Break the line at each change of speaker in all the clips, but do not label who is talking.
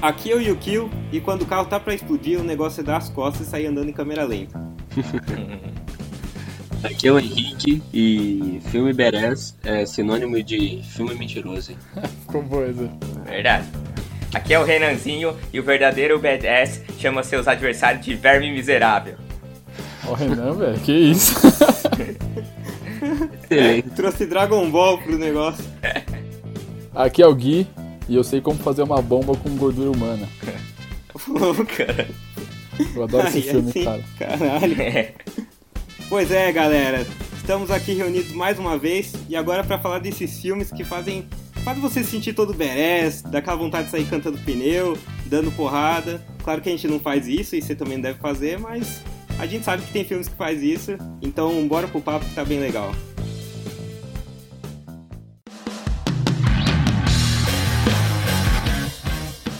aqui é o Yukio e quando o carro tá pra explodir, o negócio é dar as costas e sair andando em câmera lenta.
Aqui é o Henrique e filme badass é sinônimo de filme mentiroso.
Ficou boa essa.
Verdade. Aqui é o Renanzinho e o verdadeiro badass chama seus adversários de verme miserável.
Ó, Renan, velho, que isso?
Excelente.
Trouxe Dragon Ball pro negócio.
Aqui é o Gui e eu sei como fazer uma bomba com gordura humana.
Cara.
Eu adoro esse
Aí,
filme,
assim,
cara.
Caralho.
É
Pois é, galera. Estamos aqui reunidos mais uma vez e agora pra falar desses filmes que fazem faz você se sentir todo badass, dá aquela vontade de sair cantando pneu, dando porrada. Claro que a gente não faz isso e você também não deve fazer, mas a gente sabe que tem filmes que faz isso. Então bora pro papo que tá bem legal.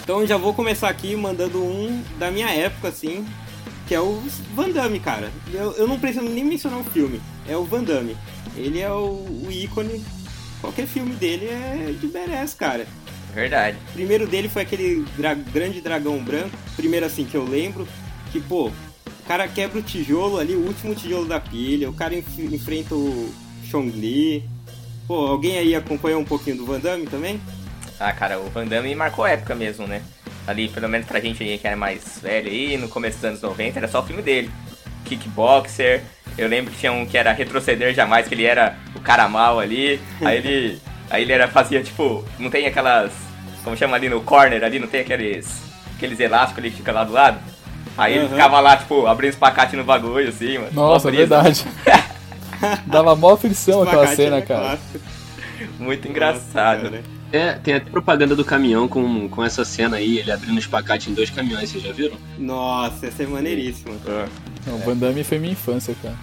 Então já vou começar aqui mandando um da minha época, assim, que é o Van Damme, cara. Eu, eu não preciso nem mencionar o filme, é o Van Damme. Ele é o, o ícone, qualquer filme dele é de badass, cara.
Verdade.
O primeiro dele foi aquele dra- grande dragão branco, primeiro assim que eu lembro, que, pô, o cara quebra o tijolo ali, o último tijolo da pilha, o cara enf- enfrenta o Chong-Li. Pô, alguém aí acompanhou um pouquinho do Van Damme também?
Ah, cara, o Van Damme marcou época mesmo, né? Ali, pelo menos pra gente aí que era mais velho aí, no começo dos anos 90, era só o filme dele. Kickboxer, eu lembro que tinha um que era Retroceder Jamais, que ele era o cara mal ali. Aí ele, aí ele era, fazia tipo, não tem aquelas, como chama ali no corner ali, não tem aqueles, aqueles elásticos ali que fica lá do lado? Aí ele
Aham.
ficava lá, tipo, abrindo espacate no bagulho, assim, mano.
Nossa, é
Surpresa.
verdade. Dava mó aflição aquela
Espacate
cena,
era
cara.
né? clássico.
Muito
Nossa,
engraçado.
cara.
É, tem até propaganda do caminhão com, com essa cena aí, ele abrindo espacate em dois caminhões, vocês já viram?
Nossa, essa é maneiríssima.
Ah.
Não, Van Damme foi minha infância, cara.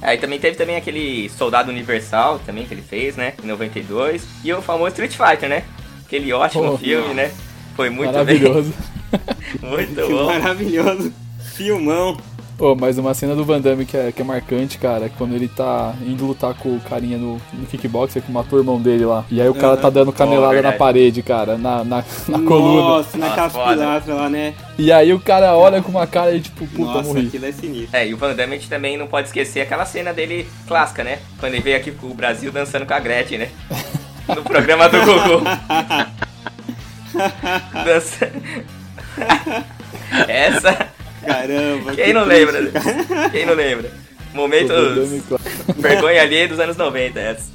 Aí também teve também aquele Soldado Universal também que ele fez, né? Em 92. E o famoso Street Fighter, né? Aquele ótimo
Oh,
filme, né? Foi muito
Maravilhoso.
bem. Muito
Que
bom.
maravilhoso. Filmão.
Ô, mas uma cena do Van Damme que é, que é marcante, cara, é quando ele tá indo lutar com o carinha no, no kickboxer, que matou o irmão dele lá. E aí o cara
Aham.
tá dando
Oh,
canelada na
verdade.
parede, cara, na, na, na coluna.
Nossa, naquelas
Nossa, foda.
pilastras lá, né?
E aí o cara olha com uma cara de tipo, puta,
Nossa,
morri.
aquilo é sinistro.
É, e o Van Damme a gente também não pode esquecer aquela cena dele clássica, né? Quando ele veio aqui pro Brasil dançando com a Gretchen, né? No programa do Gugu. Dança... Essa...
Caramba. que
Quem não
triste,
lembra? né?
cara.
Quem não lembra?
O Van Damme,
Momentos...
claro.
Vergonha ali dos anos 90, essa.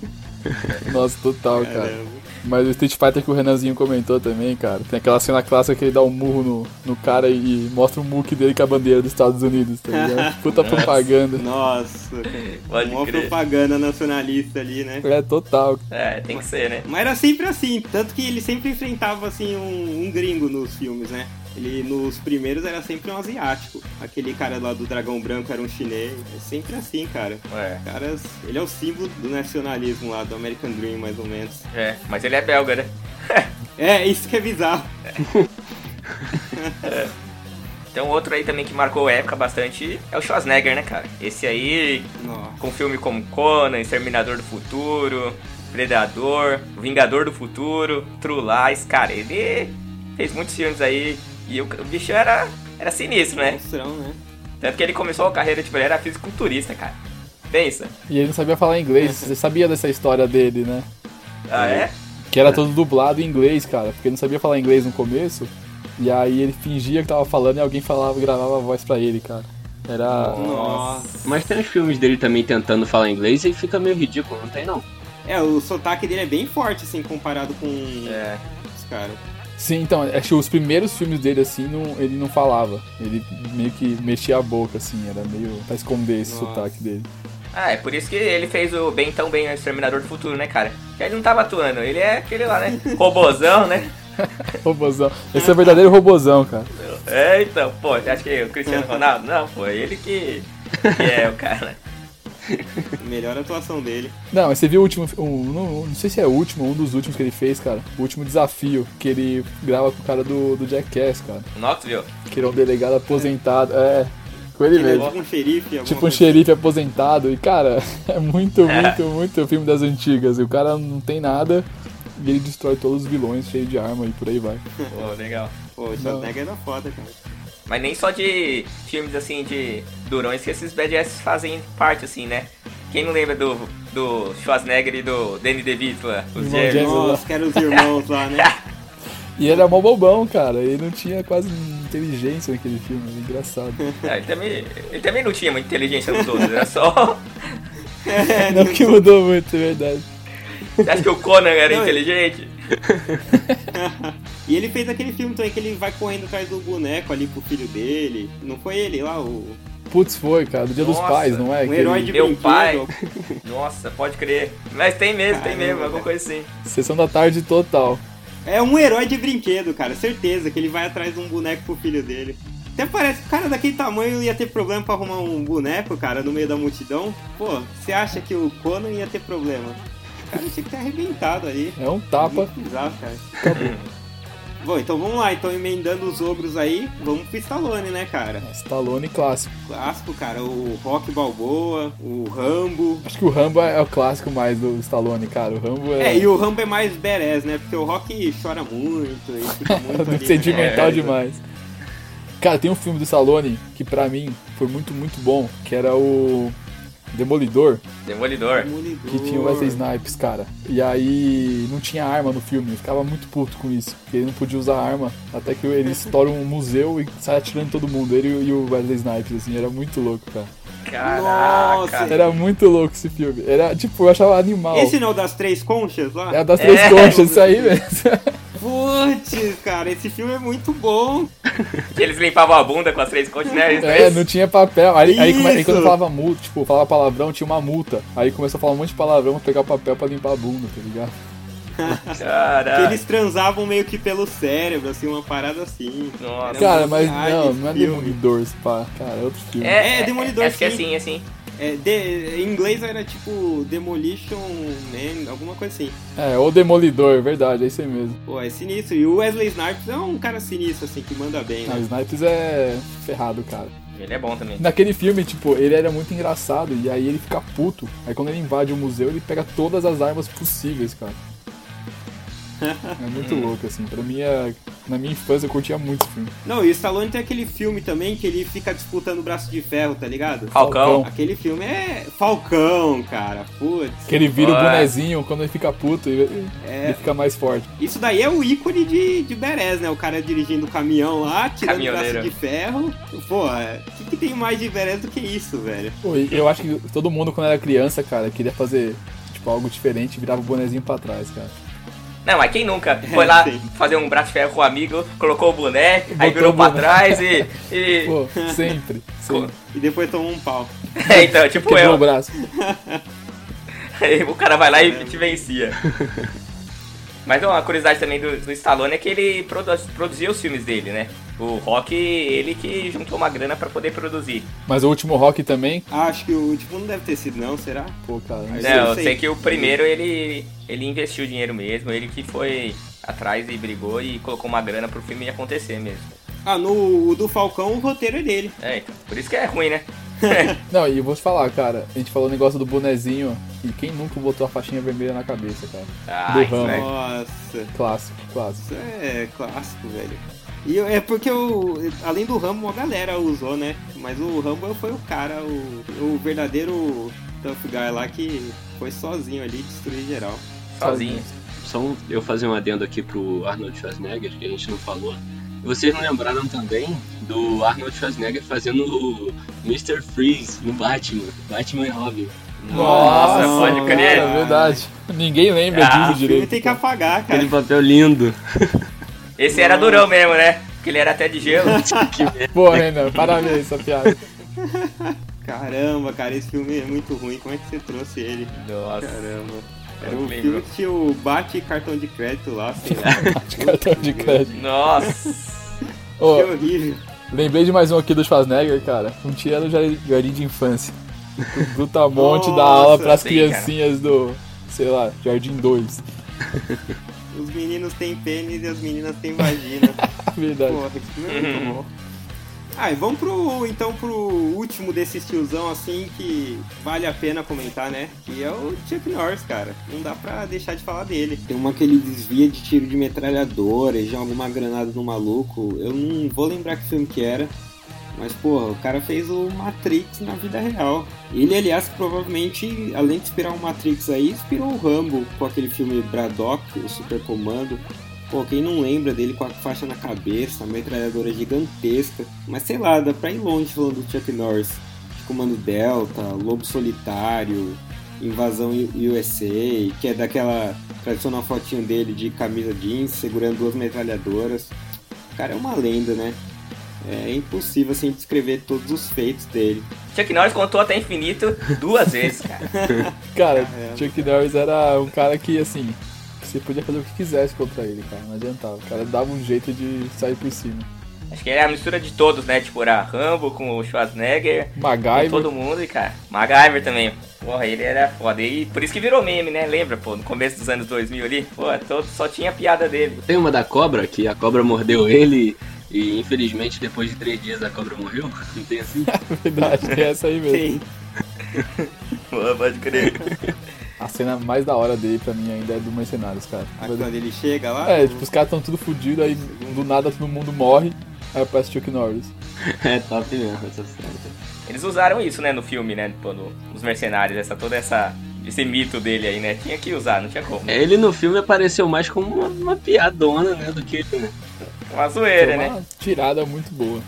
Nossa, total, cara.
Caramba.
Mas o Street Fighter que o Renanzinho comentou também, cara. Tem aquela cena clássica que ele dá um murro no, no cara e, e mostra o muque dele com a bandeira dos Estados Unidos, tá ligado? Puta propaganda.
Nossa.
Pode
uma
crer.
propaganda nacionalista ali, né?
É total.
É, tem que ser, né?
Mas era sempre assim, tanto que ele sempre enfrentava assim um, um gringo nos filmes, né? Ele nos primeiros era sempre um asiático. Aquele cara lá do Dragão Branco era um chinês. É sempre assim, cara.
É.
Caras, ele é o símbolo do nacionalismo lá, do American Dream, mais ou menos.
É, mas ele é belga, né?
É, isso que é bizarro.
Então outro aí também que marcou época bastante é o Schwarzenegger, né, cara? Esse aí,
Nossa.
com filme como Conan, Exterminador do Futuro, Predador, Vingador do Futuro, True Lies, cara, ele fez muitos filmes aí e o, o bicho era, era sinistro, né?
Monstrão, né?
Tanto que ele começou a carreira, tipo, ele era fisiculturista, cara. Pensa.
E ele não sabia falar inglês, você sabia dessa história dele, né?
Ah, é?
Que era todo dublado em inglês, cara, porque ele não sabia falar inglês no começo. E aí ele fingia que tava falando e alguém falava, gravava a voz pra ele, cara. Era.
Nossa.
Mas tem os filmes dele também tentando falar inglês e fica meio ridículo, não tem não.
É, o sotaque dele é bem forte, assim, comparado com
É.
os caras.
Sim, então, acho que os primeiros filmes dele, assim, não- ele não falava. Ele meio que mexia a boca, assim, era meio pra esconder esse
Nossa.
sotaque dele.
Ah, é por isso que ele fez o bem tão bem o Exterminador do Futuro, né, cara? Que ele não tava atuando, ele é aquele lá, né? Robozão, né?
Robozão. Esse é o verdadeiro robozão, cara.
É, então, pô, você acha que o Cristiano Ronaldo? Não, pô, é ele que, que é o cara.
Melhor atuação dele.
Não, mas você viu o último. Um, não, não sei se é o último, um dos últimos que ele fez, cara. O último desafio, que ele grava com o cara do, do Jackass, cara.
O Knoxville.
Que era um delegado aposentado. É, com ele
Ele é
mesmo.
tipo um xerife, alguma
Tipo um
coisa.
xerife aposentado. E, cara, é muito, muito, muito filme das antigas. E o cara não tem nada. E ele destrói todos os vilões cheio de arma e por aí vai.
Pô, legal.
assim. Pô, o Schwarzenegger era foda, cara.
Mas nem só de filmes assim de durões que esses BDS fazem parte, assim, né? Quem não lembra do, do Schwarzenegger e do Danny DeVito lá? Os
Irmão
gêmeos.
gêmeo.
Nossa, que eram os irmãos lá, né?
E ele é mó bobão, cara. Ele não tinha quase inteligência naquele filme. é Engraçado.
Ah, ele, também, ele também não tinha muita inteligência nos outros, era só.
Não que mudou muito, é verdade.
Você acha que o Conan era
Não,
inteligente?
E ele fez aquele filme também que ele vai correndo atrás do boneco ali pro filho dele. Não foi ele lá, o
Putz, foi, cara. Do Dia dos
Nossa,
Pais, não é?
um herói
Aquele-
de
Meu
brinquedo.
pai. Nossa, pode crer. Mas tem mesmo, tem
Caramba,
mesmo,
cara.
alguma coisa assim.
Sessão da tarde total.
É um herói de brinquedo, cara. Certeza que ele vai atrás de um boneco pro filho dele. Até parece que o cara daquele tamanho ia ter problema pra arrumar um boneco, cara, no meio da multidão. Pô, você acha que o Conan ia ter problema? O cara tinha que ter arrebentado ali.
É um tapa.
Muito bizarro, cara. Bom, então vamos lá. Então, emendando os ogros aí, vamos pro Stallone, né, cara?
Stallone clássico.
Clássico, cara. O Rock Balboa, o Rambo.
Acho que o Rambo é o clássico mais do Stallone, cara. O Rambo
É,
é,
e o Rambo é mais badass, né? Porque o Rock chora muito e fica muito ali. né,
sentimental
É,
demais. Cara, tem um filme do Stallone que pra mim foi muito, muito bom, que era o Demolidor,
Demolidor.
Demolidor.
que tinha o Wesley Snipes, cara. E aí não tinha arma no filme, eu ficava muito puto com isso, porque ele não podia usar arma, até que ele estoura um museu e sai atirando em todo mundo, ele e o Wesley Snipes, assim, era muito louco, cara.
Nossa,
Caraca.
Era muito louco esse filme, era, tipo, eu achava animal.
Esse não das três conchas lá?
É a das três
É.
conchas, isso aí mesmo.
Putz, cara, esse filme é muito bom.
Que eles limpavam a bunda com as três conchas, né? Isso
É,
aí.
não tinha papel. Aí, aí, come- aí
Isso.
quando eu falava multa, tipo, falava palavrão, tinha uma multa. Aí começou a falar um monte de palavrão pra pegar papel pra limpar a bunda, tá ligado?
Que
Caraca.
eles transavam meio que pelo cérebro, assim, uma parada assim.
Nossa.
Era
cara,
muito
mas
viagem
não,
esse
não é
filme.
Demolidor, esse pá. Cara, é outro filme.
É, Demolidor,
Acho que é
sim.
assim, é assim.
É, de- em inglês era tipo Demolition Man, alguma coisa assim.
É, o Demolidor, é verdade, é isso aí mesmo.
Pô, é sinistro. E o Wesley Snipes é um cara sinistro, assim, que manda bem,
Ah, o
né?
Snipes é ferrado, cara.
Ele é bom também.
Naquele filme, tipo, ele era muito engraçado e aí ele fica puto. Aí quando ele invade o museu, ele pega todas as armas possíveis, cara. É
Hum.
muito louco, assim. Pra mim, é- na minha infância, eu curtia muito esse filme.
Não, e o Stallone tem aquele filme também que ele fica disputando o braço de ferro, tá ligado?
Falcão.
Aquele filme é Falcão, cara. Putz. é
Que ele vira o
Ué. É.
bonezinho quando ele fica puto, ele, ele fica mais forte.
Isso daí é o ícone de, de Beres, né? O cara dirigindo o caminhão lá, tirando o braço
Caminhoneiro.
de ferro. Pô, o que, que tem mais de Beres do que isso, velho?
Pô, e Eu acho que todo mundo, quando era criança, cara, queria fazer tipo, algo diferente, virava o bonezinho pra trás, cara.
Não, mas quem nunca foi lá
sim.
fazer um braço de ferro com o amigo, colocou o boné, aí
Botou
virou
o
pra
boné.
trás e. e...
Pô, sempre. sempre.
E depois tomou um pau.
É, então, tipo
Quebrou o
eu.
braço.
Aí o cara vai lá e te vencia. Mas ó, uma curiosidade também do, do Stallone é que ele produ produzia os filmes dele, né? O Rock, ele que juntou uma grana pra poder produzir.
Mas o último rock também,
Ah, acho que o último não deve ter sido, não, será?
pô, cara.
Mas
Né,
eu
eu
sei.
sei que o primeiro ele, ele investiu dinheiro mesmo, ele que foi atrás e brigou e colocou uma grana pro filme acontecer mesmo.
Ah, no o do Falcão, o roteiro é dele.
É, então, por isso que é ruim, né?
Não, e eu vou te falar, cara, a gente falou o negócio do bonezinho e quem nunca botou a faixinha vermelha na cabeça, cara?
Ah,
Do
isso
ramo.
é.
Nossa,
Clássico, clássico.
isso é clássico, velho. E eu- é porque o, além do Rambo, a galera usou, né? Mas o Rambo foi o cara, o, o verdadeiro Tough Guy lá que foi sozinho ali destruir geral.
Sozinho.
Só um- eu fazer um adendo aqui pro Arnold Schwarzenegger, que a gente não falou. Vocês não lembraram também do Arnold Schwarzenegger fazendo o Mr. Freeze no Batman, Batman e Robin.
Nossa, pode crer.
Cara, é verdade. Ninguém lembra
Ah,
disso
O filme
direito.
tem que apagar, cara.
Aquele papel lindo.
Esse era durão mesmo, né? Porque ele era até de gelo.
que merda.
Pô, Renan, parabéns essa piada.
Caramba, cara, esse filme é muito ruim. Como é que você trouxe ele?
Nossa.
Caramba.
Eu
Era um
lembro.
filme que tinha o bate cartão de crédito lá, sei lá.
De cartão de crédito.
Nossa.
Ô,
Que horrível.
Lembrei de mais um aqui do Schwarzenegger, cara. Um dia no jar- jardim de infância. O Brutamonte dá aula
Nossa,
pras
sim,
criancinhas do, sei lá, Jardim 2.
Os meninos têm pênis e as meninas têm vagina.
Verdade.
Porra, esse filme é muito é bom. Ah, e vamos pro, então pro último desse estilzão assim que vale a pena comentar, né? Que é o Chuck Norris, cara. Não dá pra deixar de falar dele. Tem uma que ele desvia de tiro de metralhadora e joga uma granada no maluco. Eu não vou lembrar que filme que era. Mas, porra, o cara fez o Matrix na vida real. Ele, aliás, provavelmente, além de inspirar o Matrix aí, inspirou o Rambo com aquele filme Braddock, o Super Comando. Pô, quem não lembra dele com a faixa na cabeça, a metralhadora gigantesca. Mas sei lá, dá pra ir longe falando do Chuck Norris. De Comando Delta, Lobo Solitário, Invasão USA, que é daquela tradicional fotinho dele de camisa jeans, segurando duas metralhadoras. O cara é uma lenda, né? É impossível, assim, descrever todos os feitos dele.
Chuck Norris contou até infinito duas vezes, cara.
Cara,
Caramba,
Chuck Norris era um cara que, assim, você podia fazer o que quisesse contra ele, cara. Não adiantava. O cara dava um jeito de sair por cima.
Acho que era a mistura de todos, né? Tipo, era Rambo com o Schwarzenegger, com
MacGyver,
todo mundo e, cara, MacGyver também. Porra, ele era foda. E por isso que virou meme, né? Lembra, pô, no começo dos anos 2000 ali? Pô, todo, só tinha piada dele.
Tem uma da cobra, que a cobra mordeu ele e infelizmente depois de três dias a cobra morreu. Não tem assim?
verdade, é essa aí mesmo.
Tem.
Pô, pode crer.
A cena mais da hora dele pra mim ainda é do Mercenários, cara.
Ah, Quando ele chega lá.
É, tipo, os caras tão tudo fudido, aí do nada todo mundo morre, aí aparece Chuck Norris.
É top mesmo essa cena.
Eles usaram isso, né, no filme, né? Pô, no, nos mercenários, essa, toda essa. Esse mito dele aí, né? Tinha que usar, não tinha como.
É, Ele no filme apareceu mais como uma, uma piadona, né? Do que.
Uma zoeira,
Foi
né?
uma tirada muito boa.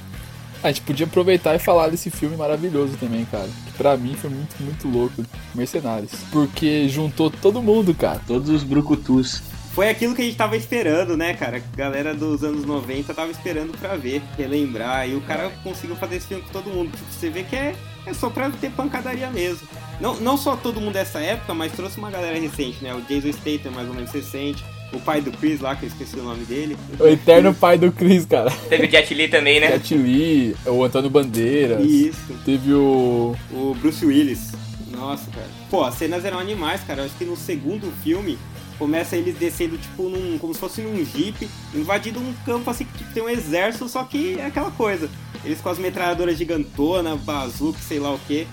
A gente podia aproveitar e falar desse filme maravilhoso também, cara. Que pra mim foi muito, muito louco. Mercenários. Porque juntou todo mundo, cara.
Todos os brucutus.
Foi aquilo que a gente tava esperando, né, cara? A galera dos anos 90 tava esperando pra ver, relembrar. E o cara conseguiu fazer esse filme com todo mundo. Tipo, você vê que é, é só pra ter pancadaria mesmo. Não, não só todo mundo dessa época, mas trouxe uma galera recente, né? O Jason Statham, mais ou menos recente. O pai do Chris lá, que eu esqueci o nome dele.
O eterno pai do Chris, cara.
Teve o Jet Li também, né?
Jet Li, é o Antônio Bandeiras.
Isso.
Teve o.
O Bruce Willis. Nossa, cara. Pô, as cenas eram animais, cara. Eu acho que no segundo filme começa eles descendo, tipo, num. como se fosse num jeep, invadindo um campo assim que tipo, tem um exército, só que é aquela coisa. Eles com as metralhadoras gigantona, bazuca, sei lá o quê.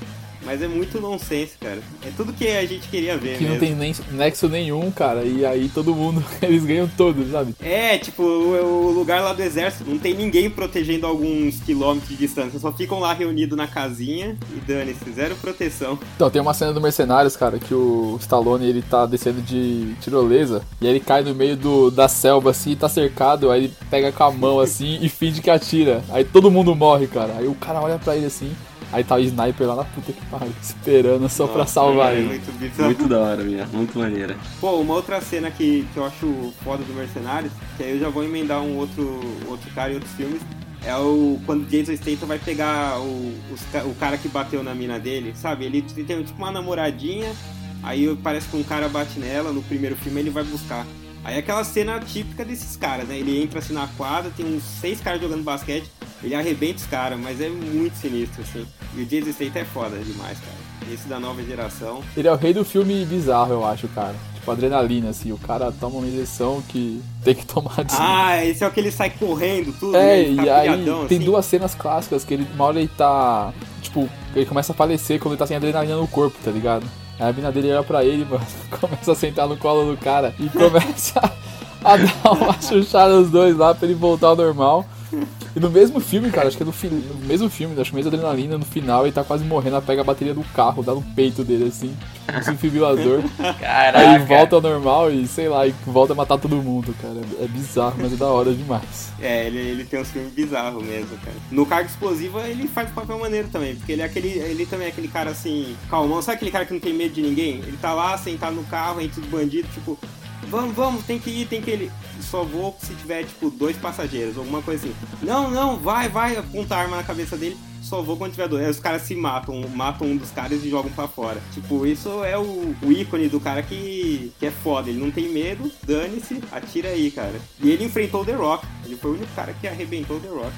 Mas é muito nonsense, cara. É tudo que a gente queria ver,
Que
mesmo.
não tem nem nexo nenhum, cara. E aí todo mundo, eles ganham todos, sabe?
É, tipo, o, o lugar lá do exército não tem ninguém protegendo alguns quilômetros de distância. Só ficam lá reunidos na casinha e dane-se, zero proteção.
Então, tem uma cena do Mercenários, cara, que o Stallone, ele tá descendo de tirolesa, e aí ele cai no meio do, da selva, assim, e tá cercado, aí ele pega com a mão, assim, e finge que atira. Aí todo mundo morre, cara. Aí o cara olha pra ele, assim, aí tá o sniper lá na puta que pariu, esperando só pra
Nossa,
salvar
é
ele.
Muito bizarro.
Muito da hora mesmo, muito maneira.
Pô, uma outra cena que, que eu acho foda do Mercenários, que aí eu já vou emendar um outro, outro cara em outros filmes, é o quando Jason Statham vai pegar o, os ca- o cara que bateu na mina dele, sabe? Ele t- tem tipo uma namoradinha, aí parece que um cara bate nela, no primeiro filme ele vai buscar. Aí é aquela cena típica desses caras, né? Ele entra assim na quadra, tem uns seis caras jogando basquete, ele arrebenta os caras, mas é muito sinistro, assim. E o Jason Statham é foda demais, cara. Esse da nova geração.
Ele é o rei do filme bizarro, eu acho, cara. Tipo, adrenalina, assim, o cara toma uma injeção que tem que tomar de
Ah, esse é o que ele sai correndo, tudo. né?
É,
Ele fica
e aí
pilhadão,
tem
assim.
duas cenas clássicas que ele, uma hora ele tá. Tipo, ele começa a falecer quando ele tá sem adrenalina no corpo, tá ligado? Aí a mina dele olha pra ele, mano, começa a sentar no colo do cara e começa a, a dar uma chuchada nos dois lá pra ele voltar ao normal. E no mesmo filme, cara, acho que é no, fi- no mesmo filme, acho que é mesmo adrenalina, no final ele tá quase morrendo, ela pega a bateria do carro, dá no peito dele assim, tipo, um desfibrilador.
Caraca.
aí volta ao normal e sei lá, e volta a matar todo mundo, cara. É bizarro, mas é da hora demais.
É, ele, ele tem uns filmes bizarros mesmo, cara. No Carga Explosiva ele faz um papel maneiro também, porque ele é aquele. Ele também é aquele cara assim, calmão, sabe aquele cara que não tem medo de ninguém? Ele tá lá sentado no carro entre os bandidos, tipo, vamos, vamos, tem que ir, tem que ir. Ele, Só vou se tiver, tipo, dois passageiros, alguma coisa assim. Não, não, vai, vai, aponta a arma na cabeça dele. Só vou quando tiver dois. Aí os caras se matam, matam um dos caras e jogam pra fora. Tipo, isso é o, o ícone do cara que, que é foda. Ele não tem medo, dane-se, atira aí, cara. E ele enfrentou o The Rock. Ele foi o único cara que arrebentou o The Rock.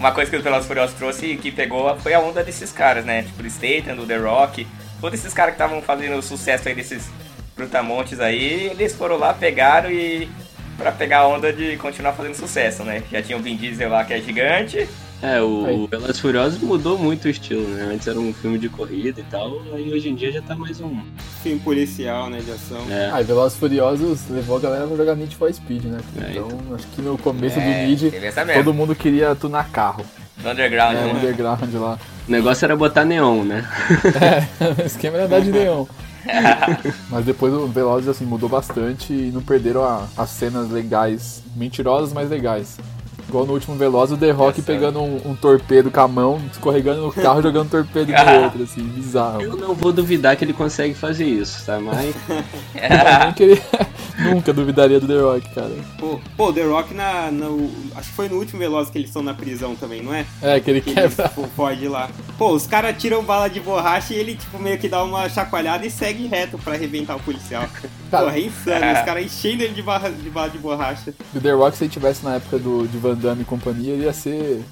Uma coisa que o Pelas Furiosos trouxe e que pegou foi a onda desses caras, né? Tipo, do Statham, do The Rock, todos esses caras que estavam fazendo sucesso aí desses brutamontes aí, eles foram lá, pegaram e... pra pegar a onda de continuar fazendo sucesso, né? Já tinha o Vin Diesel lá, que é gigante,
É, o,
Aí.
o Velozes e Furiosos mudou muito o estilo, né? Antes era um filme de corrida e tal, aí hoje em dia já tá mais um.
Filme policial, né, de ação.
É,
Ah, e Velozes e Furiosos levou a galera pra jogar Need for Speed, né?
É,
Então, acho que no começo do
É,
Need,
teve essa
todo
mesmo.
mundo queria tunar carro.
No underground,
É,
né?
o underground lá.
o negócio era botar neon, né?
É, o esquema era andar de neon. mas depois o Velozes, assim, mudou bastante e não perderam a- as cenas legais, mentirosas, mas legais. Igual no último Velozes, o The Rock
Engraçado.
pegando um, um torpedo com a mão, escorregando no carro, jogando torpedo no outro, assim, bizarro.
Eu não vou duvidar que ele consegue fazer isso, tá? Mas
Nem que ele- Nunca duvidaria do The Rock, cara.
Pô, pô, The Rock na, na- o- Acho que foi no último Veloz que eles estão na prisão também, não é?
É, que ele
Que
quebra.
eles pode ir tipo, lá. Pô, os caras tiram bala de borracha e ele, tipo, meio que dá uma chacoalhada e segue reto pra arrebentar o policial.
Tá.
Porra, é insano. Os caras enchendo ele de, barra, de bala de borracha.
O The Rock, se ele tivesse na época do, de Van Damme e companhia, ele ia ser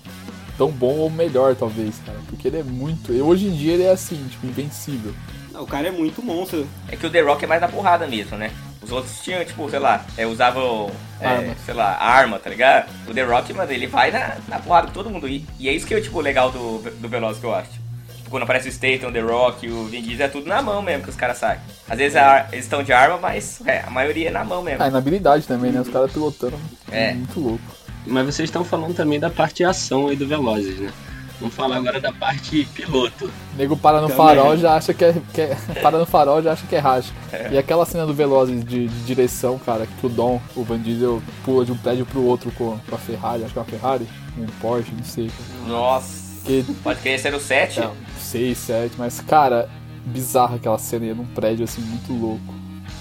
tão bom ou melhor, talvez, cara. Porque ele é muito. e Hoje em dia ele é assim, tipo, invencível.
Não, o cara é muito monstro.
É que o The Rock é mais na porrada mesmo, né? Os outros tinham, tipo, sei lá, é, usavam, é,
Arma.
sei lá, arma, tá ligado? O The Rock, mano, ele vai na, na porrada com todo mundo. E, e é isso que é, tipo, o legal do, do Veloz que eu acho. Tipo, quando aparece o Statham, o The Rock, o Vin Diesel, é tudo na mão mesmo que os caras saem. Às vezes a- eles estão de arma, mas é, a maioria é na mão mesmo.
Ah, e na habilidade também, né? Os caras pilotando.
É.
Muito louco.
Mas vocês estão falando também da parte de ação aí do Velozes, né? Vamos falar agora da parte piloto.
O nego para no
Também.
farol já acha que é, que é- Para no farol já acha que é racha. E aquela cena do Velozes de, de direção, cara, que o Dom, o Van Diesel, pula de um prédio pro outro com, com a Ferrari, acho que é uma Ferrari, um Porsche, não sei. cara.
Nossa.
Que
Pode querer ser o 7.
Não, 6, 7, mas cara, bizarra aquela cena num prédio assim, muito louco.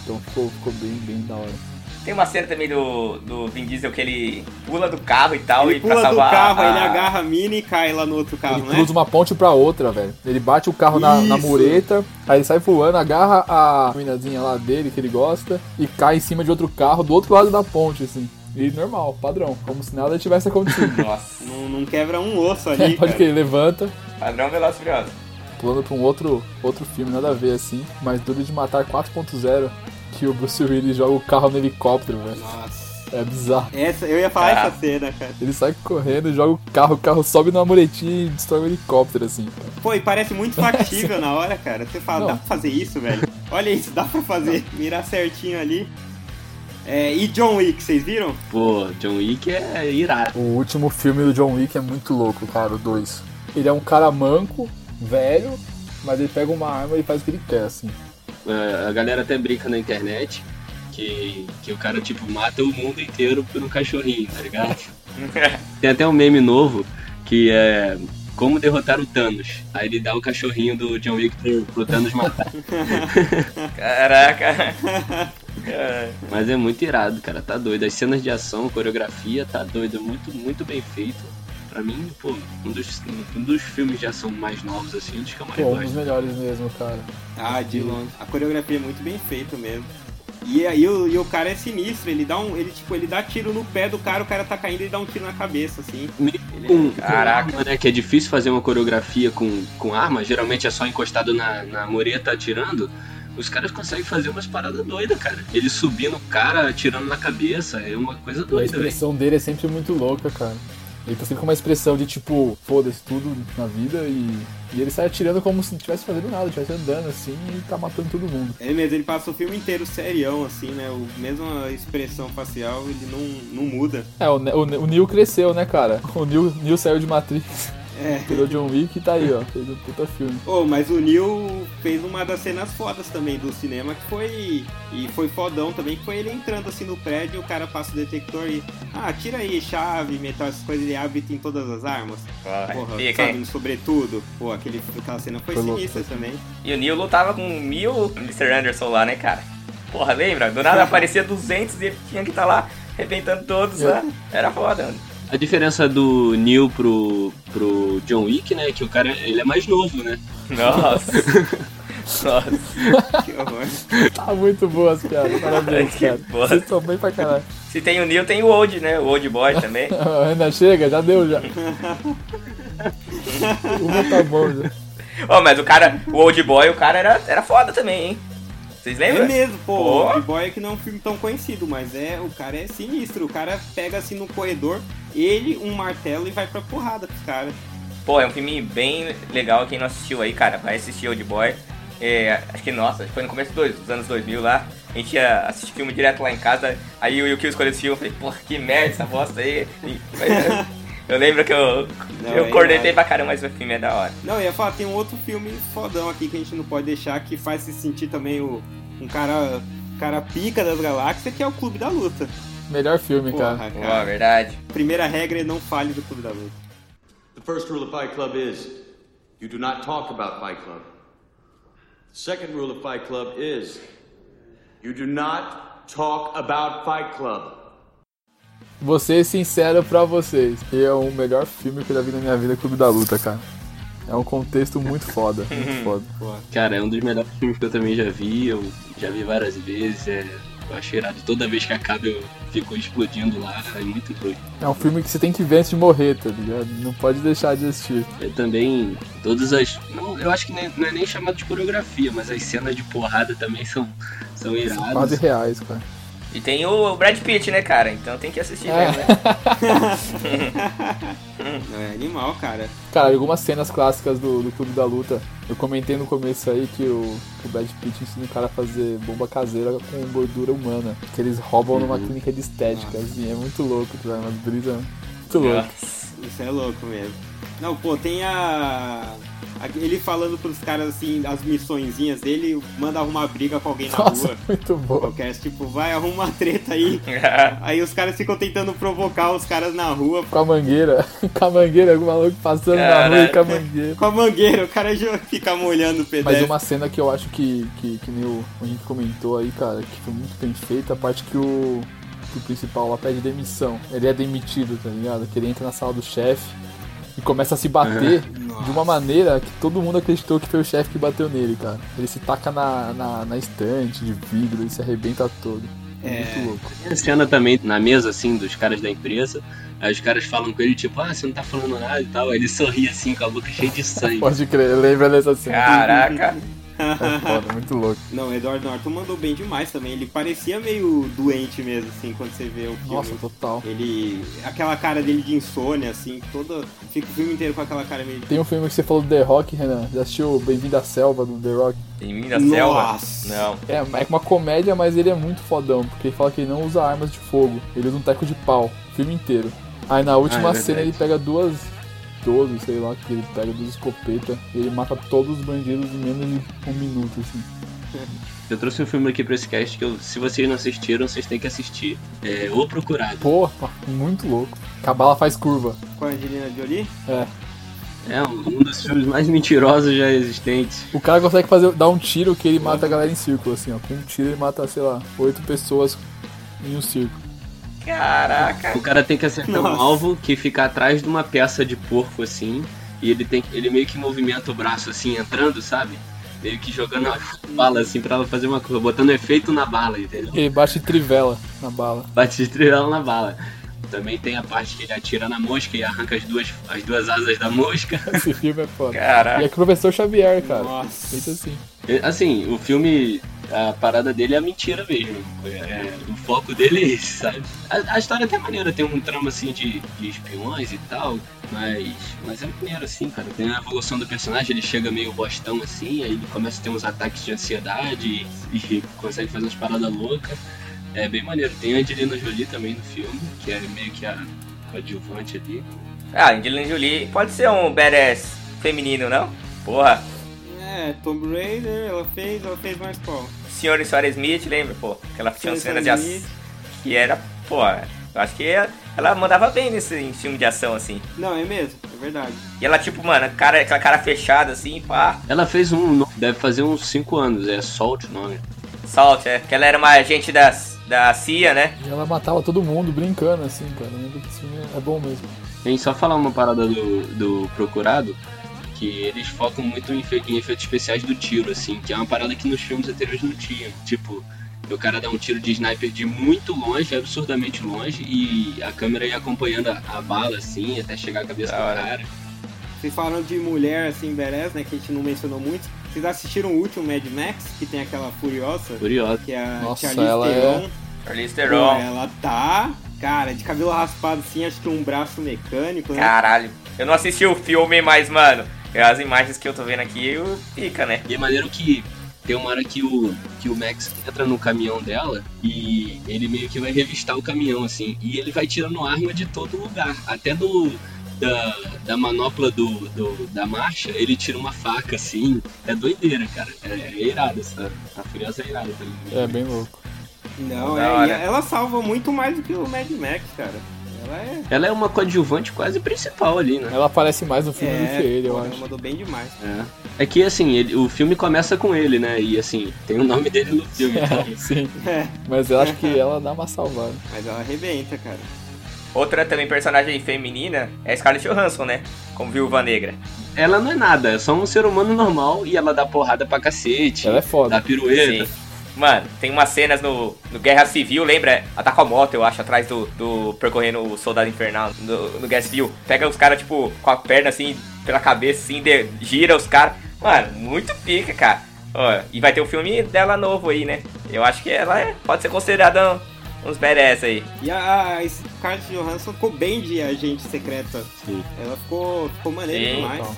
Então ficou, ficou bem, bem da hora.
Tem uma cena também do, do Vin Diesel que ele pula do carro e tal.
Ele
Ah, e
pula
pra
do
salvar
carro,
a...
ele agarra a mina e cai lá no outro carro,
ele
né?
cruza uma ponte pra outra, velho. Ele bate o carro na, na
Isso.
mureta, aí ele sai voando, agarra a minazinha lá dele que ele gosta e cai em cima de outro carro do outro lado da ponte, assim. E normal, padrão, como se nada tivesse acontecido. É,
Nossa.
Não, não quebra um osso ali.
Pode
cara.
que ele levanta,
Padrão Veloz e Furioso.
pulando pra um outro, outro filme, nada a ver assim, mas Duro de Matar 4.0, que o Bruce Willis joga o carro no helicóptero, velho.
Nossa.
É bizarro.
Essa, eu ia falar
Ah.
essa cena, cara.
Ele sai correndo, joga o carro, o carro sobe numa muretinha e destrói o helicóptero, assim. cara.
Pô, e parece muito factível na hora, cara. Você fala,
Não.
dá pra fazer isso, velho? Olha isso, dá pra fazer. Mirar certinho ali. É, e John Wick, vocês viram?
Pô, John Wick é irado.
O último filme do John Wick é muito louco, cara, o 2. Ele é um cara manco, velho, mas ele pega uma arma e faz o que ele quer, assim.
É, a galera até brinca na internet que, que o cara, tipo, mata o mundo inteiro por um cachorrinho, tá ligado? Tem até um meme novo que é como derrotar o Thanos. Aí ele dá o cachorrinho do John Wick pro, pro Thanos matar.
Caraca. É.
Mas é muito irado, cara, tá doido. As cenas de ação, coreografia, tá doido. Muito, muito bem feito. Pra mim, pô, um dos, um dos filmes de ação mais novos, assim, um dos que eu mais
Pô, um dos
gosto.
melhores mesmo, cara.
Ah, de longe. A coreografia é muito bem feita mesmo. E aí o, e o cara é sinistro, ele dá um. Ele, tipo, ele dá tiro no pé do cara, o cara tá caindo e dá um tiro na cabeça, assim.
Meio
Ele
Com, com
Caraca.
arma, é né? Que é difícil fazer uma coreografia com, com arma, geralmente é só encostado na, na mureta atirando. Os caras conseguem fazer umas paradas doidas, cara. Ele subindo o cara, atirando na cabeça, é uma coisa
A
doida, velho.
expressão dele é sempre muito louca, cara. Ele tá sempre com uma expressão de tipo, foda-se tudo na vida e. E ele sai atirando como se não estivesse fazendo nada, estivesse andando assim e tá matando todo mundo.
É mesmo, ele passa o filme inteiro serião, assim, né? O mesma expressão facial, ele não, não muda.
É, o, Ne- o, Ne- o Neil cresceu, né, cara? O Neil, Neil saiu de Matrix,
É.
virou John Wick e tá aí, ó. Fez um puta filme.
Ô, mas o Neil fez uma das cenas fodas também do cinema, que foi. E foi fodão também, que foi ele entrando assim no prédio, o cara passa o detector e. Ah, tira aí chave, metal, essas coisas, ele abre e tem todas as armas. Porra,
Fica,
sabe,
hein?
no sobretudo. Pô, aquele, aquela cena foi,
Foi louco,
sinistra também.
E o Neil lutava com mil Mr. Anderson lá, né, cara? Porra, lembra? Do nada aparecia 200 e ele tinha que estar lá arrebentando todos, né? Era foda, mano.
A diferença do Neil pro, pro John Wick, né? é Que o cara ele é mais novo, né?
Nossa. Nossa.
Que horror.
Tá muito boa as piadas, parabéns,
Que
cara.
boa.
Vocês estão bem pra caralho.
Se tem o Neil, tem o Old, né? O Old Boy também.
Ana, chega, já deu já. tá Uma tá bom já.
Ó, mas o cara, o Old Boy, o cara era, era foda também, hein? Vocês lembram?
É mesmo, pô.
Pô.
Big Boy é que não é um filme tão conhecido, mas é o cara é sinistro. O cara pega assim no corredor, ele, um martelo e vai pra porrada pros caras.
Pô, é um filme bem legal. Quem não assistiu aí, cara, vai assistir Old Boy. É, acho que, nossa, foi no começo dos, dos anos 2000 lá. A gente ia assistir filme direto lá em casa. Aí o Yukio escolheu esse filme. Eu falei, porra, que merda essa bosta aí. E- mas, eu lembro que eu,
Não,
eu
é
cornetei
verdade.
pra caramba, mas o filme é da hora.
Não, eu ia falar, tem um outro filme fodão aqui que a gente não pode deixar, que faz se sentir também o, um cara, cara pica das galáxias, que é o Clube da Luta.
Melhor filme, cara.
Porra,
Pô,
cara.
verdade.
Primeira regra é não fale do Clube da Luta.
The first rule of Fight Club is you do not talk about Fight Club. The second rule of Fight Club is you do not talk about Fight Club.
Vou ser sincero pra vocês. que É o melhor filme que eu já vi na minha vida, Clube da Luta, cara. É um contexto muito foda, muito foda.
Cara, é um dos melhores filmes que eu também já vi, eu já vi várias vezes, é, eu acho irado. Toda vez que acaba eu fico explodindo lá, é muito doido.
É um filme que você tem que ver antes de morrer, tá ligado? Não pode deixar de assistir.
É também todas as. Não, eu acho que nem- não é nem chamado de coreografia, mas as cenas de porrada também são, são
Quase
iradas.
reais, cara.
E tem o Brad Pitt, né, cara? Então tem que assistir
É.
mesmo, né?
É animal, cara.
Cara, algumas cenas clássicas do, do Clube da Luta. Eu comentei no começo aí que o, o Brad Pitt ensina o cara a fazer bomba caseira com gordura humana. Que eles roubam numa clínica de estética, assim. É muito louco, cara. Uma brisa muito louca.
Nossa.
Isso é louco mesmo. Não, pô, tem a. a- Ele falando pros caras assim, as missõezinhas dele, manda arrumar briga com alguém na
Nossa,
rua.
muito boa.
Qualquer, tipo, vai arruma uma treta aí. Aí os caras ficam tentando provocar os caras na rua
Com a mangueira. Com a mangueira, algum maluco passando na rua e
Caraca.
com a mangueira.
com a mangueira, o cara já fica molhando o
Mas
pedestre.
uma cena que eu acho que, que, que nem o o Henrique comentou aí, cara, que foi muito bem feita, a parte que o, que o principal lá pede demissão. Ele é demitido, tá ligado? Que ele entra na sala do chefe e começa a se bater de uma maneira que todo mundo acreditou que foi o chefe que bateu nele, cara. Ele se taca na, na, na estante de vidro, ele se arrebenta todo. É, muito louco.
Tem a cena também na mesa, assim, dos caras da empresa. Aí os caras falam com ele, tipo, ah, você não tá falando nada e tal. Aí ele sorri assim, com a boca cheia de sangue.
Pode crer, lembra dessa cena.
Caraca.
É foda, muito louco.
Não, o Edward Norton mandou bem demais também. Ele parecia meio doente mesmo, assim, quando você vê o filme.
Nossa, total.
Ele. Aquela cara dele de insônia, assim, toda. Fica o filme inteiro com aquela cara meio.
Tem um filme que você falou do The Rock, Renan. Já assistiu Bem-vindo à Selva do The Rock?
Em Minas Selva?
Nossa.
Não.
É, é uma comédia, mas ele é muito fodão, porque ele fala que ele não usa armas de fogo, ele usa um teco de pau, o filme inteiro. Aí na última
Ah, é
cena
verdade.
ele pega duas 12, sei lá, que ele pega duas escopetas e ele mata todos os bandidos em menos de um minuto, assim.
Eu trouxe um filme aqui pra esse cast que eu- se vocês não assistiram, vocês têm que assistir. É O Procurado.
Porra, tá muito louco. Cabala faz curva.
Com a Angelina Jolie?
É.
É um um dos filmes mais mentirosos já existentes.
O cara consegue fazer, dar um tiro que ele mata a galera em círculo, assim, ó. Com um tiro ele mata, sei lá, oito pessoas em um círculo.
Caraca.
O cara tem que acertar um
Nossa.
alvo que fica atrás de uma peça de porco assim, e ele tem ele meio que movimenta o braço assim entrando, sabe? Meio que jogando a bala assim pra ela fazer uma curva, botando efeito na bala, entendeu?
Ele bate trivela na bala.
Bate estrela na bala. Também tem a parte que ele atira na mosca e arranca as duas, as duas asas da mosca.
Esse filme é foda. E
Caraca.
é com o professor Xavier, cara.
Nossa.
Feito assim.
É, Assim, o filme, a parada dele é a mentira mesmo. É, o foco dele é esse, sabe? A, a história é até maneira, tem um trama assim de, de espiões e tal, mas, mas é maneiro assim, cara. Tem a evolução do personagem, ele chega meio bostão assim, aí ele começa a ter uns ataques de ansiedade e, e consegue fazer umas paradas loucas. É bem maneiro. Tem a Angelina Jolie também no filme, que é meio que a coadjuvante ali.
Ah, Angelina Jolie pode ser um badass feminino, não? Porra.
É, Tomb Raider, ela fez, ela fez mais qual?
Senhora e Senhora Smith, lembra, pô? Que ela tinha
Senhora
cenas de ação.
Smith.
Que era, pô, eu acho que ela- ela mandava bem nesse em filme de ação, assim.
Não, é mesmo, é verdade.
E ela, tipo, mano, cara, aquela cara fechada, assim, pá.
Ela fez um, deve fazer uns 5 anos, é Salt o nome.
Salt, é. Que ela era uma agente da, da CIA, né?
E ela matava todo mundo brincando, assim, cara. Eu lembro que esse filme é bom mesmo.
Tem só falar uma parada do, do Procurado, que eles focam muito em, efe- em efeitos especiais do tiro, assim, que é uma parada que nos filmes anteriores não tinha. Tipo, o cara dá um tiro de sniper de muito longe, absurdamente longe, e a câmera ia acompanhando a, a bala, assim, até chegar à cabeça
Da
do
hora.
cara.
Vocês falaram de mulher, assim, badass, né, que a gente não mencionou muito. Vocês assistiram o último Mad Max, que tem aquela Furiosa?
Furiosa.
Que é a
Nossa,
Charlize
ela é-
Theron.
Charlize
Pô,
Theron.
ela tá, cara, de cabelo raspado assim, acho que um braço mecânico, né?
Caralho. Eu não assisti o filme, mas, mano, as imagens que eu tô vendo aqui, eu- fica, né?
E é maneiro que tem uma hora que o, que o Max entra no caminhão dela e ele meio que vai revistar o caminhão, assim. E ele vai tirando arma de todo lugar. Até do. Da, da manopla do, do- da marcha, ele tira uma faca assim. É doideira, cara. É, é irado essa. A Furiosa é irada também.
É bem louco.
Não,
Da
é,
hora.
e ela salva muito mais do que o Mad Max, cara. Ela é.
Ela é uma coadjuvante quase principal ali, né?
Ela aparece mais no filme do
é,
que ele, eu
pô, ela
acho.
mandou bem demais.
É. É que assim, ele- o filme começa com ele, né? E assim, tem o nome dele no filme. então-
Sim,
É,
mas eu acho que ela dá uma salvada.
mas ela arrebenta, cara.
Outra também personagem feminina é a Scarlett Johansson, né? Como Viúva Negra.
Ela não é nada, é só um ser humano normal e ela dá porrada pra cacete.
Ela é foda.
Dá pirueta.
Sim. Mano, tem umas cenas no, no Guerra Civil, lembra? Ataca a moto, eu acho, atrás do, do percorrendo o Soldado Infernal no, no Guerra Civil. Pega os caras, tipo, com a perna assim, pela cabeça, assim, de- gira os caras. Mano, muito pica, cara. Ó, e vai ter um filme dela novo aí, né? Eu acho que ela é- pode ser considerada um- uns badass aí.
E a, a Scarlett Johansson ficou bem de agente secreta.
Sim.
Ela ficou, ficou maneira
Sim,
demais.
então.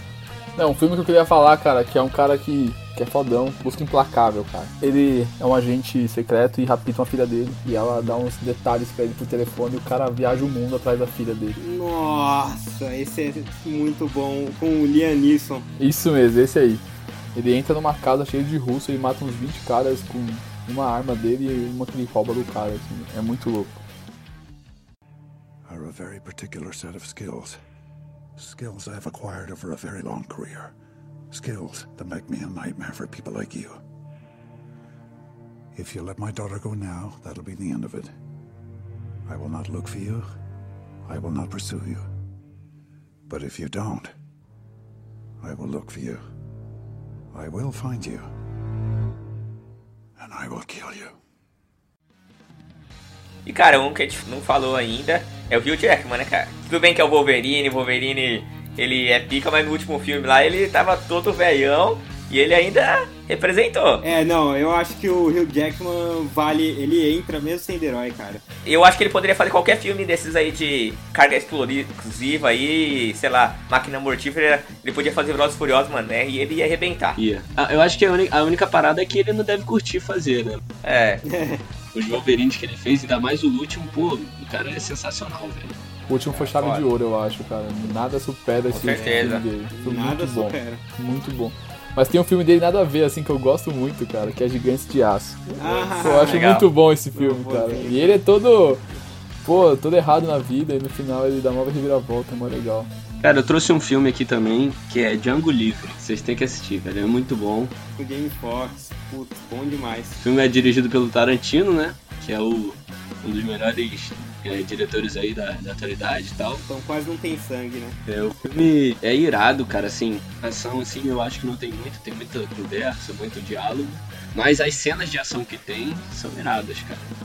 Não, um filme que eu queria falar, cara, que é um cara que, que é fodão, busca implacável, cara. Ele é um agente secreto e rapta uma filha dele. E ela dá uns detalhes pra ele por telefone e o cara viaja o mundo atrás da filha dele.
Nossa, esse é muito bom com o Liam Neeson.
Isso mesmo, esse aí. Ele entra numa casa cheia de russo e mata uns 20 caras com uma arma dele e uma que ele rouba do cara, assim. É muito louco.
are a very particular set of skills. Skills I've acquired over a very long career. Skills that make me a nightmare for people like you. If you let my daughter go now, that'll be the end of it. I will not look for you. I will not pursue you. But if you don't, I will look for you. I will find you. And I will kill you.
E cara, um que a gente não falou ainda é o Hugh Jackman, né, cara? Tudo bem que é o Wolverine, Wolverine ele é pica, mas no último filme lá ele tava todo velhão e ele ainda representou.
É, não, eu acho que o Hugh Jackman vale. Ele entra mesmo sendo herói, cara.
Eu acho que ele poderia fazer qualquer filme desses aí de carga explosiva aí, sei lá, máquina mortífera, ele podia fazer Velozes e Furiosos, mano, né? E ele ia arrebentar.
Ia. Ah, Eu acho que a, uni- a única parada é que ele não deve curtir fazer, né?
É,
Os Wolverines que ele fez, ainda mais o último, pô, o cara é sensacional, velho.
O último foi chave
foda.
de ouro, eu acho, cara. Nada supera esse
certeza.
filme dele. Foi
Nada
muito bom.
supera.
Muito bom. Mas tem um filme dele nada a ver, assim, que eu gosto muito, cara, que é Gigantes de Aço.
Ah,
eu acho
legal.
muito bom esse filme,
vou
cara.
ver.
E ele é todo. Pô, todo errado na vida, e no final ele dá uma reviravolta, é mó legal.
Cara, eu trouxe um filme aqui também, que é Django Livre. Vocês têm que assistir, velho. É muito bom.
o Game Fox. Putz, bom demais.
O filme é dirigido pelo Tarantino, né? Que é o, um dos melhores eh, diretores aí da, da atualidade e tal.
Então quase não tem sangue, né?
É, o filme é irado, cara, assim, a ação assim, eu acho que não tem muito, tem muita conversa, muito diálogo, mas as cenas de ação que tem são iradas,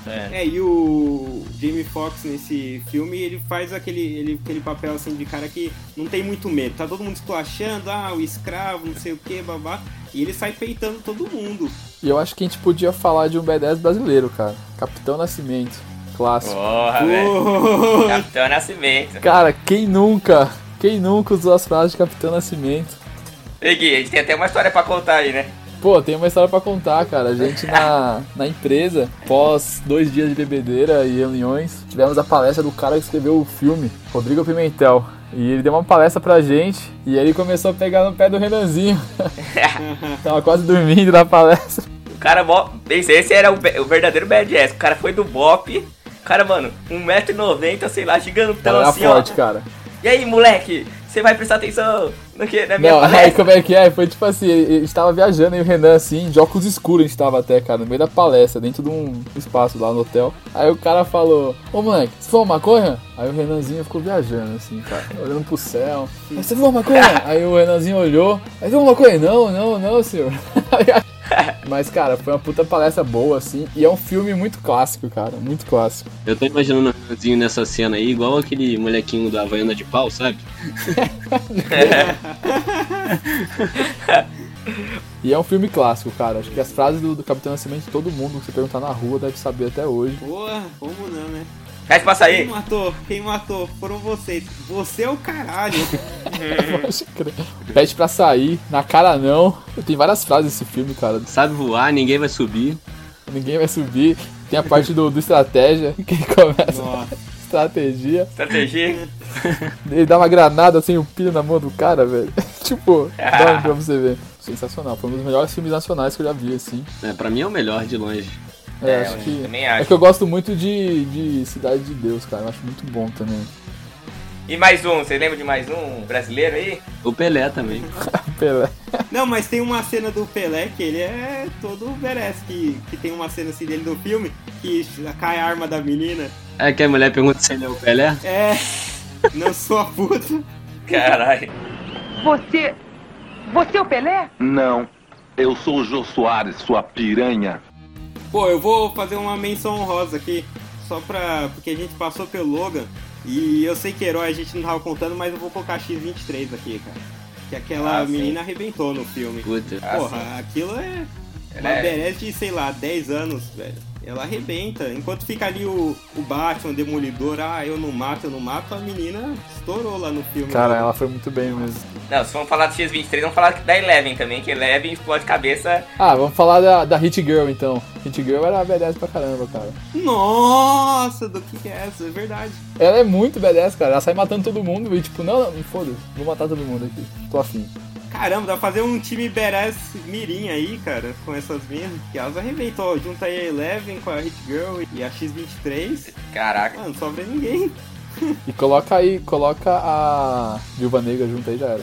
cara.
É, e o Jamie Foxx nesse filme, ele faz aquele, ele, aquele papel assim de cara que não tem muito medo. Tá todo mundo esculachando, ah, o escravo, não sei o que, babá. E ele sai peitando todo mundo.
E eu acho que a gente podia falar de um B10 brasileiro, cara. Capitão Nascimento. Clássico.
porra, velho.
Oh,
Capitão Nascimento.
Cara, quem nunca? Quem nunca usou as frases de Capitão Nascimento?
E Gui, a gente tem até uma história pra contar aí, né?
Pô, tem uma história pra contar, cara. A gente na, na empresa, pós dois dias de bebedeira e reuniões, tivemos a palestra do cara que escreveu o filme, Rodrigo Pimentel. E ele deu uma palestra pra gente e ele começou a pegar no pé do Renanzinho. Tava quase dormindo na palestra.
O cara, mó- esse esse era o, be- o verdadeiro BDS. O cara foi do Bop. O cara, mano, 1,90m, sei lá,
O
gigantão
cara era
assim,
forte,
ó.
cara.
E aí, moleque, você vai prestar atenção no que, na minha
Não, aí
palestra?
como é que é? Foi tipo assim, a gente tava viajando e o Renan assim, de óculos escuros a gente tava até, cara, no meio da palestra, dentro de um espaço lá no hotel. Aí o cara falou, ô moleque, você fuma maconha? Aí o Renanzinho ficou viajando assim, cara, olhando pro céu. Aí você fuma maconha? Aí o Renanzinho olhou, aí você fuma maconha? Não, não, não, senhor. Mas, cara, foi uma puta palestra boa, assim, e é um filme muito clássico, cara, muito clássico.
Eu tô imaginando o Renanzinho nessa cena aí, igual aquele molequinho da Havaiana de Pau, sabe?
E é um filme clássico, cara. Acho que as frases do, do Capitão Nascimento, todo mundo que você perguntar na rua deve saber até hohoje.
Porra, como não, né?
Faz pra
Quem
sair.
matou? Quem matou? Foram vocês. Você é o caralho.
Pode crer. Pede pra sair, na cara não. Tem várias frases nesse filme, cara.
Sabe voar, ninguém vai subir.
Ninguém vai subir. Tem a parte do, do estratégia, que ele começa.
Nossa.
Estratégia.
Estratégia.
Ele dá uma granada sem o pino na mão do cara, velho. tipo, dá um pra você ver. Sensacional. Foi um dos melhores filmes nacionais que eu já vi, assim.
É, pra mim é o melhor de longe.
É,
É,
acho
eu
que.
também
É
acho.
que eu gosto muito de, de Cidade de Deus, cara. Eu acho muito bom também.
E mais um, vocês lembram de mais um brasileiro aí?
O Pelé também.
Pelé.
Não, mas tem uma cena do Pelé que ele é todo badass, que, que tem uma cena assim dele do filme, que cai a arma da menina.
É que a mulher pergunta se ele é o Pelé.
É. Não sou a puta.
Caralho.
Você. Você é o Pelé?
Não. Eu sou o Jô Soares, sua piranha.
Pô, eu vou fazer uma menção honrosa aqui, só pra. Porque a gente passou pelo Logan e eu sei que herói a gente não tava contando, mas eu vou colocar X23 aqui, cara. Que aquela
Ah, sim.
menina arrebentou no filme.
Puta.
Ah,
Porra,
sim.
aquilo é. Uma
É.
berete de, sei lá, 10 anos, velho. Ela arrebenta. Enquanto fica ali o, o Batman, o Demolidor, ah, eu não mato, eu não mato, a menina estourou lá no filme.
Cara, ela foi muito bem mesmo.
Não, se vamos falar do X23, vamos falar da Eleven também, que Eleven explode cabeça.
Ah, vamos falar da, da Hit Girl então. Hit Girl era badass pra caramba, cara.
Nossa, do que que é essa? É verdade.
Ela é muito badass, cara. Ela sai matando todo mundo e tipo, não, não, foda-se, vou matar todo mundo aqui. Tô afim.
Caramba, dá pra fazer um time badass mirim aí, cara, com essas minas. Que elas arrebentou. Junta aí a Eleven com a Hit Girl e a X23.
Caraca.
Mano, não sobra ninguém.
E coloca aí, coloca a Viúva Negra junto aí já era.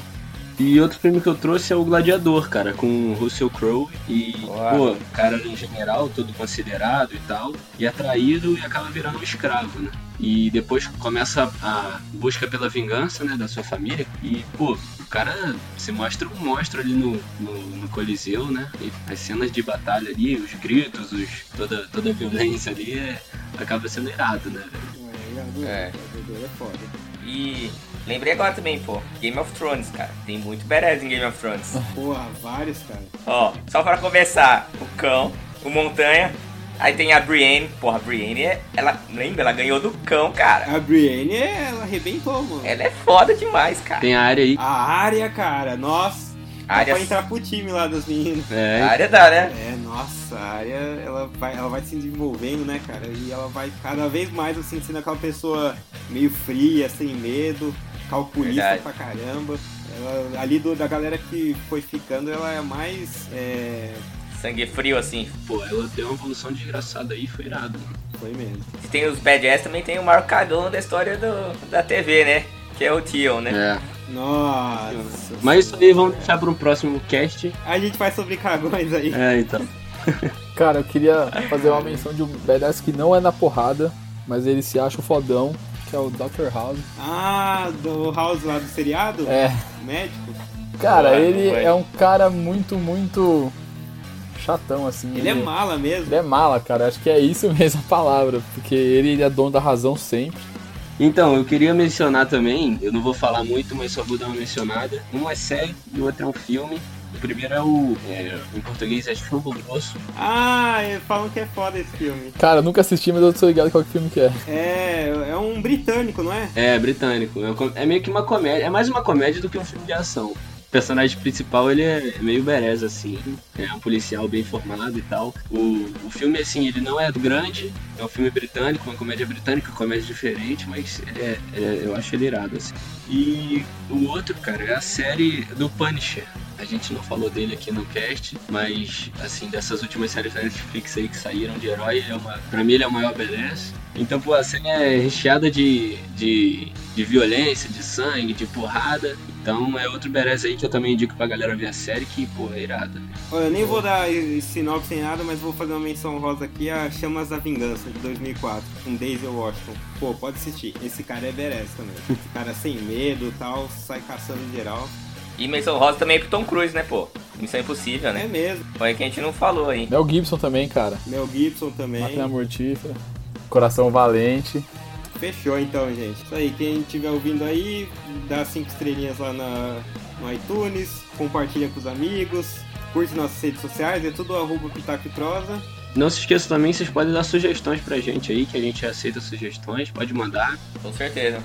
E outro filme que eu trouxe é o Gladiador, cara, com o Russell Crowe. E,
Boa.
pô, o cara era um general, todo considerado e tal, e é traído e acaba virando um escravo, né? E depois começa a busca pela vingança, né, da sua família. E, pô, o cara se mostra um monstro ali no, no, no Coliseu, né? E as cenas de batalha ali, os gritos, os, toda, toda a violência ali, é- acaba sendo irado, né? velho?
É.
É foda.
E lembrei agora também, pô. Game of Thrones, cara. Tem muito badass em Game of Thrones.
Porra, vários, cara.
Ó, só pra começar, o cão, o montanha. Aí tem a Brienne. Porra, a Brienne, é- ela, lembra? Ela ganhou do cão, cara.
A Brienne, ela arrebentou, mano.
Ela é foda demais, cara.
Tem a área aí.
A área, cara, nossa. Dá
Arya-
pra entrar pro time lá das meninas.
A
É,
área dá, né?
É, nossa, a área, ela vai, ela vai se desenvolvendo, né, cara? E ela vai cada vez mais, assim, sendo aquela pessoa meio fria, sem medo, calculista
Verdade.
pra caramba. Ela, ali do- da galera que foi ficando, ela é mais. É,
Sangue frio, assim.
pô, ela deu uma evolução desgraçada aí, foi irado.
foi mesmo.
Se tem os badass, também tem o maior cagão da história do, da TV, né? Que é o Tion, né?
É.
Nossa.
Mas isso aí vamos deixar para um próximo cast.
A gente faz sobre cagões aí.
É, então.
Cara, eu queria fazer uma menção de um badass que não é na porrada, mas ele se acha o fodão, que é o Dr. House.
Ah, do House lá do seriado?
É.
Médico?
Cara,
Ué,
ele
ué.
é um cara muito, muito chatão, assim.
Ele é mala mesmo.
Ele é mala, cara. Acho que é isso mesmo a palavra. Porque ele, ele é dono da razão sempre.
Então, eu queria mencionar também, eu não vou falar muito, mas só vou dar uma mencionada. Um é série e o outro é um filme. O primeiro é o. é, em português é Chumbo Grosso.
Ah, é- falam que é foda esse filme.
Cara, eu nunca assisti, mas eu tô ligado qual que filme que é.
É, é um britânico, não é?
É, britânico. É, com- é meio que uma comédia. É mais uma comédia do que um filme de ação. O personagem principal, ele é meio berez, assim. É um policial bem formado e tal. O, o filme, assim, ele não é grande. É um filme britânico, uma comédia britânica, uma comédia diferente, mas ele é, é- eu acho ele irado, assim. E o outro, cara, é a série do Punisher. A gente não falou dele aqui no cast, mas, assim, dessas últimas séries da Netflix aí que saíram de herói, ele é uma, pra mim ele é o maior badass. Então, pô, a cena é recheada de, de, de violência, de sangue, de porrada. Então, é outro badass aí que eu também indico pra galera ver a série, que, pô, é irada.
Olha, eu nem vou dar eh, sinopse sem nada, mas vou fazer uma menção rosa aqui a Chamas da Vingança de 2004, com Denzel Washington. Pô, pode assistir. Esse cara é badass também. Esse cara sem medo e tal, sai caçando em geral.
E Menção Rosa também é pro Tom Cruise, né, pô? Missão Impossível,
É
né?
mesmo.
Foi que a gente não falou aí.
Mel Gibson também, cara.
Mel Gibson também.
Máquina Mortífera. Coração Valente.
Fechou então, gente. Isso aí, quem estiver ouvindo aí, dá cinco estrelinhas lá na, no iTunes, compartilha com os amigos, Curte nossas redes sociais, é tudo arroba Pitaco e Prosa.
Não se esqueça também, vocês podem dar sugestões pra gente aí, que a gente aceita sugestões, pode mandar.
Com certeza.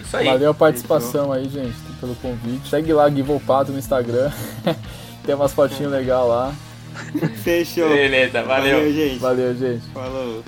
Isso Tá aí.
Valeu a participação aí, gente, pelo convite. Segue lá, Gui Volpato no Instagram. Tem umas fotinhas legais lá.
Fechou.
Beleza, valeu.
gente.
Valeu, gente.
Falou.